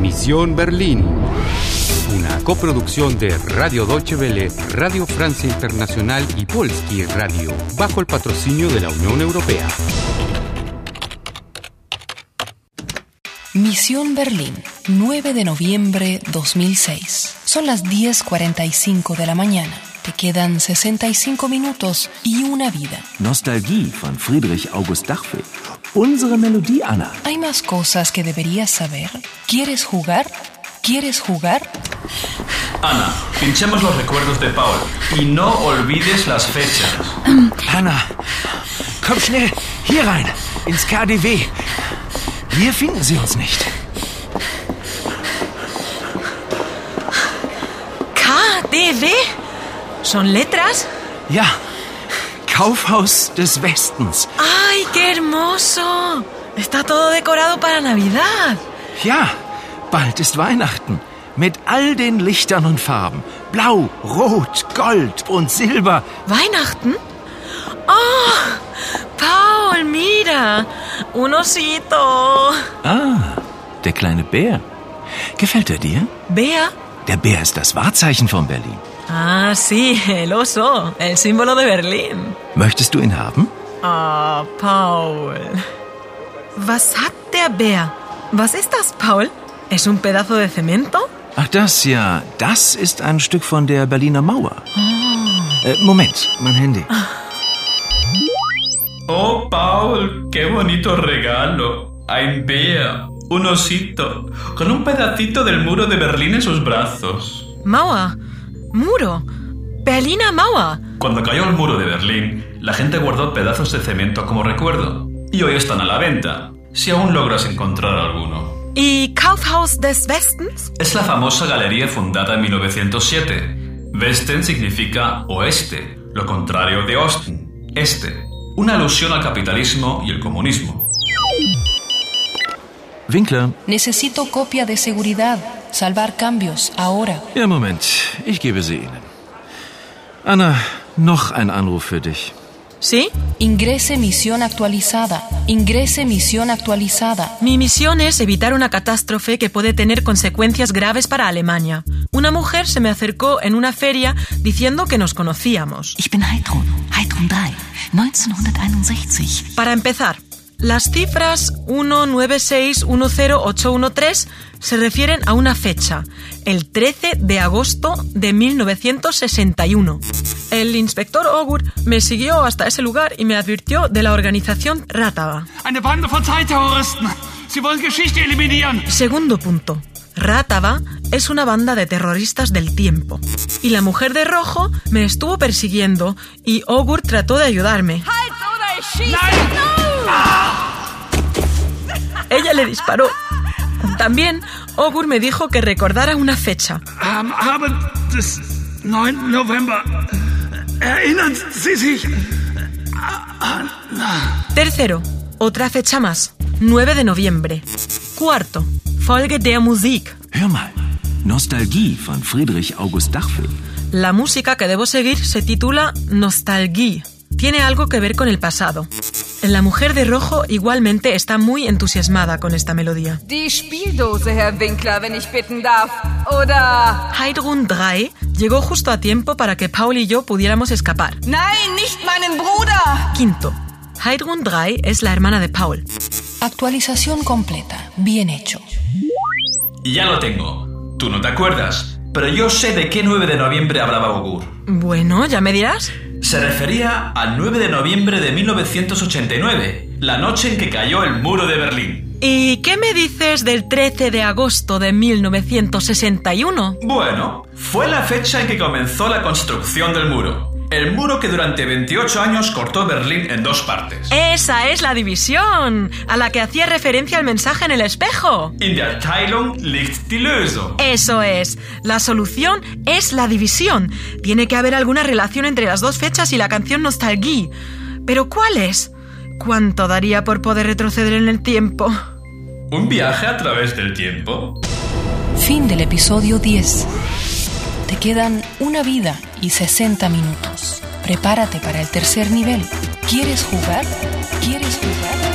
Misión Berlín. Una coproducción de Radio Deutsche Welle, Radio Francia Internacional y Polski Radio, bajo el patrocinio de la Unión Europea. Misión Berlín, 9 de noviembre 2006. Son las 10.45 de la mañana. Te quedan 65 minutos y una vida. Nostalgie von Friedrich August Dachfeld. Unsere Melodie, Anna. ¿Hay más cosas que deberías saber? ¿Quieres jugar? ¿Quieres jugar? Ana, pinchemos los recuerdos de Paul y no olvides las fechas. Hanna, komm schnell hier rein, ins KDW. Hier finden Sie uns nicht. KDW? ¿Son letras? Ja, Kaufhaus des Westens. ¡Ay, qué hermoso! Está todo decorado para Navidad. Ja, bald ist Weihnachten. Mit all den Lichtern und Farben. Blau, Rot, Gold und Silber. ¿Weihnachten? ¡Oh! Paul, mira. Un osito. Ah, der kleine Bär. Gefällt er dir? Bea. Der Bär ist das Wahrzeichen von Berlin. Ah, sí, el oso, el símbolo de Berlín. Möchtest du ihn haben? Ah, Paul. Was hat der Bär? Was ist das, Paul? ¿Es un pedazo de cemento? Ach, das ja. Das ist ein Stück von der Berliner Mauer. Äh, Moment, mein Handy. Oh, Paul, qué bonito regalo. Ein Bär, un osito, con un pedacito del muro de Berlín en sus brazos. Mauer. Muro. Berliner Mauer. Cuando cayó el muro de Berlín, la gente guardó pedazos de cemento como recuerdo. Y hoy están a la venta, si aún logras encontrar alguno. ¿Y Kaufhaus des Westens? Es la famosa galería fundada en 1907. Westen significa oeste, lo contrario de Osten, este. Una alusión al capitalismo y el comunismo. Winkler. Necesito copia de seguridad. Salvar cambios, ahora. Ja, Moment. Ich gebe sie Ihnen. Anna, noch ein Anruf für dich. ¿Sí? Ingrese misión actualizada. Ingrese misión actualizada. Mi misión es evitar una catástrofe que puede tener consecuencias graves para Alemania. Una mujer se me acercó en una feria diciendo que nos conocíamos. Ich bin Heidrun, Heidrun 3, 1961. Para empezar, las cifras 196108113 se refieren a una fecha, el 13 de agosto de 1961. El inspector Ogur me siguió hasta ese lugar y me advirtió de la organización Rátaba. Eine Bande von Zeitterroristen. Sie wollen Geschichte eliminieren. Segundo punto. Rátaba es una banda de terroristas del tiempo. Y la mujer de rojo me estuvo persiguiendo y Ogur trató de ayudarme. Ella le disparó. También Ogur me dijo que recordara una fecha. Am Abend des 9. November äh, erinnern Sie sich an... Tercero, otra fecha más, 9 de noviembre. Cuarto, Folge der Musik, Hör mal. Nostalgie von Friedrich August Dachfeld. La música que debo seguir se titula Nostalgie. Tiene algo que ver con el pasado. La mujer de rojo igualmente está muy entusiasmada con esta melodía. Die Spieldose, Herr Winkler, wenn ich bitten darf. Oder. Heidrun 3 llegó justo a tiempo para que Paul y yo pudiéramos escapar. Nein, nicht meinen Bruder! Quinto, Heidrun 3 es la hermana de Paul. Actualización completa. Bien hecho. Ya lo tengo. Tú no te acuerdas, pero yo sé de qué 9 de noviembre hablaba Ogur. Bueno, ya me dirás. Se refería al 9 de noviembre de 1989, la noche en que cayó el muro de Berlín. ¿Y qué me dices del 13 de agosto de 1961? Bueno, fue la fecha en que comenzó la construcción del muro. El muro que durante 28 años cortó Berlín en dos partes. Esa es la división a la que hacía referencia el mensaje en el espejo. In der Teilung liegt die Lösung. Eso es, la solución es la división. Tiene que haber alguna relación entre las dos fechas y la canción Nostalgie. Pero ¿cuál es? ¿Cuánto daría por poder retroceder en el tiempo? Un viaje a través del tiempo. Fin del episodio 10. Te quedan una vida y 60 minutos. Prepárate para el tercer nivel. ¿Quieres jugar? ¿Quieres jugar?